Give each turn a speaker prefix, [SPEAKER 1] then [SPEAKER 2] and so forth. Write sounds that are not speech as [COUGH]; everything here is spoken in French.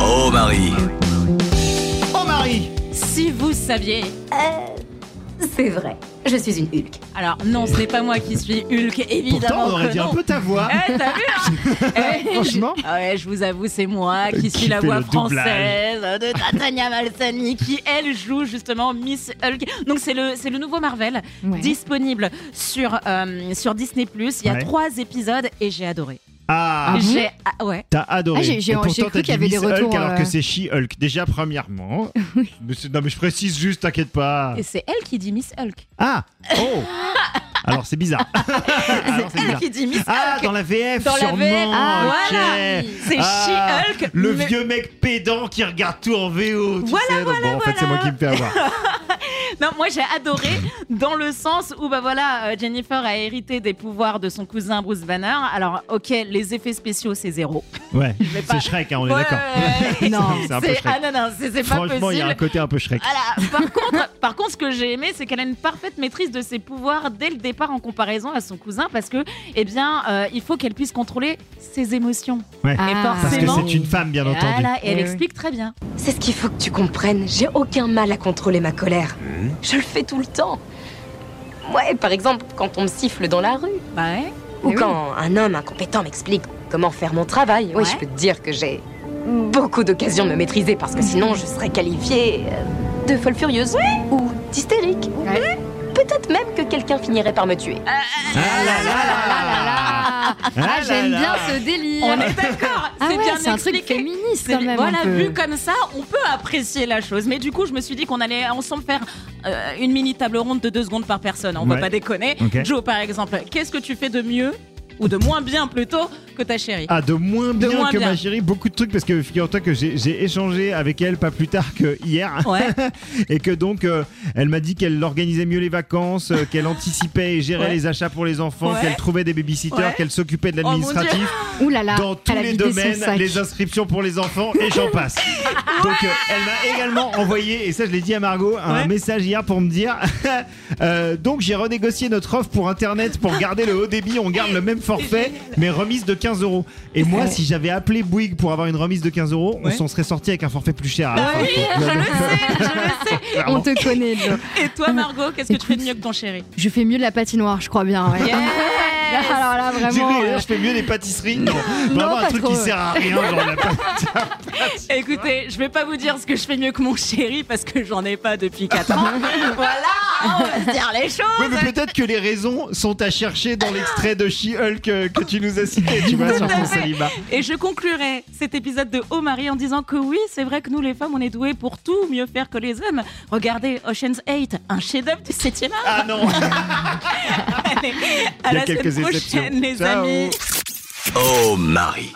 [SPEAKER 1] Oh Marie
[SPEAKER 2] Oh Marie
[SPEAKER 3] Si vous saviez.
[SPEAKER 4] C'est vrai, je suis une Hulk.
[SPEAKER 3] Alors non, ce n'est pas moi qui suis Hulk, évidemment.
[SPEAKER 2] Pourtant, on aurait
[SPEAKER 3] que
[SPEAKER 2] dit un
[SPEAKER 3] non.
[SPEAKER 2] peu ta voix.
[SPEAKER 3] Eh, t'as vu
[SPEAKER 2] [LAUGHS]
[SPEAKER 3] hein Eh,
[SPEAKER 2] Franchement.
[SPEAKER 3] je- Ouais, je vous avoue, c'est moi
[SPEAKER 2] Euh,
[SPEAKER 3] qui
[SPEAKER 2] qui
[SPEAKER 3] suis la
[SPEAKER 2] fait
[SPEAKER 3] voix
[SPEAKER 2] le doublage.
[SPEAKER 3] française de Tatiana Malsani, qui elle joue justement Miss Hulk. Donc c'est le c'est le nouveau Marvel
[SPEAKER 4] Ouais.
[SPEAKER 3] disponible sur euh, sur Disney+. Il y a
[SPEAKER 2] Ouais.
[SPEAKER 3] trois épisodes et j'ai adoré.
[SPEAKER 2] Ah,
[SPEAKER 4] bon
[SPEAKER 3] j'ai ah, ouais.
[SPEAKER 2] t'as adoré.
[SPEAKER 4] Ah, j'ai- j'ai-
[SPEAKER 2] Et pourtant,
[SPEAKER 4] j'ai cru
[SPEAKER 2] t'as
[SPEAKER 4] qu'il y avait
[SPEAKER 2] dit
[SPEAKER 4] des
[SPEAKER 2] Miss Hulk
[SPEAKER 4] retours,
[SPEAKER 2] alors
[SPEAKER 4] euh.
[SPEAKER 2] que c'est She-Hulk. Déjà,
[SPEAKER 3] [LAUGHS]
[SPEAKER 2] premièrement. Mais c'est- non, mais je précise juste, t'inquiète pas.
[SPEAKER 3] Et c'est elle qui dit Miss Hulk.
[SPEAKER 2] Ah Oh Alors, c'est
[SPEAKER 3] [LAUGHS]
[SPEAKER 2] bizarre. Alors, Ah c'est
[SPEAKER 3] Elle
[SPEAKER 2] bizarre.
[SPEAKER 3] qui dit Miss
[SPEAKER 2] Ah,
[SPEAKER 3] Hulk.
[SPEAKER 2] dans la VF,
[SPEAKER 3] Dans la
[SPEAKER 2] sûrement.
[SPEAKER 3] VF,
[SPEAKER 2] ok.
[SPEAKER 3] voilà. C'est
[SPEAKER 2] Ah,
[SPEAKER 3] She-Hulk,
[SPEAKER 2] Le
[SPEAKER 3] mais-
[SPEAKER 2] vieux mec pédant qui regarde tout en VO. tu
[SPEAKER 3] Voilà,
[SPEAKER 2] sais. Donc, bon, en fait, c'est moi
[SPEAKER 3] voilà.
[SPEAKER 2] qui me fais
[SPEAKER 3] [LAUGHS]
[SPEAKER 2] avoir.
[SPEAKER 3] Non, moi j'ai adoré dans le sens où bah voilà, euh, Jennifer a hérité des pouvoirs de son cousin Bruce Banner. Alors ok, les effets spéciaux c'est zéro.
[SPEAKER 2] Ouais,
[SPEAKER 3] pas-
[SPEAKER 2] c'est Shrek, hein, on est
[SPEAKER 3] Ouais,
[SPEAKER 2] d'accord.
[SPEAKER 3] ouais, ouais.
[SPEAKER 4] Non.
[SPEAKER 2] C'est un peu
[SPEAKER 3] C'est
[SPEAKER 2] Shrek.
[SPEAKER 3] ah non non, c'est c'est pas
[SPEAKER 2] Franchement, il y a un
[SPEAKER 3] possible. Ah,
[SPEAKER 2] côté un peu Shrek.
[SPEAKER 3] Voilà. Par contre, par contre, ce que j'ai aimé, c'est qu'elle a une parfaite maîtrise de ses pouvoirs dès le départ en comparaison à son cousin, parce que, eh bien, euh, il faut qu'elle puisse contrôler ses émotions.
[SPEAKER 4] Ah.
[SPEAKER 2] Parce que
[SPEAKER 3] forcément.
[SPEAKER 2] c'est une femme,
[SPEAKER 3] Ah,
[SPEAKER 2] bien entendu.
[SPEAKER 3] Voilà, et elle
[SPEAKER 4] Eh oui.
[SPEAKER 3] explique très bien.
[SPEAKER 4] C'est ce qu'il faut que tu comprennes. J'ai aucun mal à contrôler ma colère.
[SPEAKER 2] Hmm.
[SPEAKER 4] Je le fais tout le temps. Ouais, par exemple, quand on me siffle dans la rue.
[SPEAKER 3] Bah ouais.
[SPEAKER 4] Ou
[SPEAKER 3] Eh oui.
[SPEAKER 4] quand un homme incompétent m'explique comment faire mon travail. Oui,
[SPEAKER 3] Ouais.
[SPEAKER 4] je peux te dire que j'ai beaucoup d'occasions de me maîtriser parce que sinon je serais qualifiée euh, de folle furieuse ou d'hystérique. ou Peut-être même que quelqu'un finirait par me tuer.
[SPEAKER 2] Ah là là là là
[SPEAKER 5] Ah,
[SPEAKER 2] Ah
[SPEAKER 5] ah, j'aime
[SPEAKER 2] là là.
[SPEAKER 5] bien ce délire.
[SPEAKER 3] On est d'accord.
[SPEAKER 5] Ah
[SPEAKER 3] c'est
[SPEAKER 5] ouais,
[SPEAKER 3] bien
[SPEAKER 5] c'est un truc
[SPEAKER 3] expliqué.
[SPEAKER 5] féministe
[SPEAKER 3] C'est-
[SPEAKER 5] quand même.
[SPEAKER 3] voilà,
[SPEAKER 5] un peu.
[SPEAKER 3] vu comme ça, on peut apprécier la chose. Mais du coup, je me suis dit qu'on allait ensemble faire euh, une mini table ronde de deux secondes par personne. On
[SPEAKER 2] Ouais.
[SPEAKER 3] va pas déconner.
[SPEAKER 2] Ok.
[SPEAKER 3] Joe, par exemple, qu'est-ce que tu fais de mieux ou de moins bien plutôt que ta chérie
[SPEAKER 2] Ah, de moins bien
[SPEAKER 3] moins
[SPEAKER 2] que
[SPEAKER 3] bien.
[SPEAKER 2] ma chérie, beaucoup de trucs parce que figure-toi que j'ai j'ai échangé avec elle pas plus tard que hier
[SPEAKER 3] Ouais.
[SPEAKER 2] et que donc euh, elle m'a dit qu'elle organisait mieux les vacances, euh, qu'elle anticipait et gérait
[SPEAKER 3] Ouais.
[SPEAKER 2] les achats pour les enfants,
[SPEAKER 3] Ouais.
[SPEAKER 2] qu'elle trouvait des babysitters,
[SPEAKER 3] Ouais.
[SPEAKER 2] qu'elle s'occupait de
[SPEAKER 3] Oh mon
[SPEAKER 2] l'administratif.
[SPEAKER 5] Ouh là là,
[SPEAKER 2] dans tous
[SPEAKER 5] elle a
[SPEAKER 2] les
[SPEAKER 5] vidé son
[SPEAKER 2] domaines,
[SPEAKER 5] sac.
[SPEAKER 2] les inscriptions pour les enfants et j'en
[SPEAKER 5] [LAUGHS]
[SPEAKER 2] passe. Donc euh, elle m'a également envoyé, et ça je l'ai dit à Margot, un
[SPEAKER 3] Ouais.
[SPEAKER 2] message hier pour me dire [LAUGHS] euh, donc j'ai renégocié notre offre pour internet pour garder le haut débit, on garde le même forfait, mais remise de 15 euros. Et moi, si j'avais appelé Bouygues pour avoir une remise de 15 euros, on
[SPEAKER 3] Ouais.
[SPEAKER 2] s'en serait sorti avec un forfait plus cher. à la
[SPEAKER 5] Bah
[SPEAKER 3] Ah
[SPEAKER 2] fin,
[SPEAKER 3] oui,
[SPEAKER 2] quoi.
[SPEAKER 3] je le
[SPEAKER 2] Donc,
[SPEAKER 3] sais, je le sais.
[SPEAKER 2] euh, clairement.
[SPEAKER 5] On te connaît, Joe.
[SPEAKER 3] Et toi, Margot, qu'est-ce que tu fais de mieux que ton chéri
[SPEAKER 5] Je fais mieux de la patinoire, je crois bien. ouais.
[SPEAKER 3] Yes
[SPEAKER 5] [LAUGHS] Alors là,
[SPEAKER 2] J'ai cru,
[SPEAKER 5] vraiment. euh,
[SPEAKER 2] je fais mieux les pâtisseries. Non, vraiment un
[SPEAKER 5] pas
[SPEAKER 2] truc
[SPEAKER 5] trop.
[SPEAKER 2] qui sert à rien. Genre la pâtisserie.
[SPEAKER 3] Écoutez, je vais pas vous dire ce que je fais mieux que mon chéri parce que j'en ai pas depuis 4
[SPEAKER 5] [LAUGHS]
[SPEAKER 3] ans. voilà, on va se dire les choses.
[SPEAKER 2] Oui, mais peut-être que les raisons sont à chercher dans l'extrait de She-Hulk euh, que tu nous as cité, tu vois, sur ton célibat.
[SPEAKER 3] Et je conclurai cet épisode de Oh Marie en disant que oui, c'est vrai que nous les femmes, on est douées pour tout mieux faire que les hommes. Regardez Ocean's 8, un chef-d'œuvre du 7e
[SPEAKER 2] Ah
[SPEAKER 3] art.
[SPEAKER 2] non Il y a
[SPEAKER 3] Allez, à la semaine
[SPEAKER 2] quelques exceptions.
[SPEAKER 3] prochaine, les
[SPEAKER 2] Ciao.
[SPEAKER 3] amis.
[SPEAKER 1] Oh Marie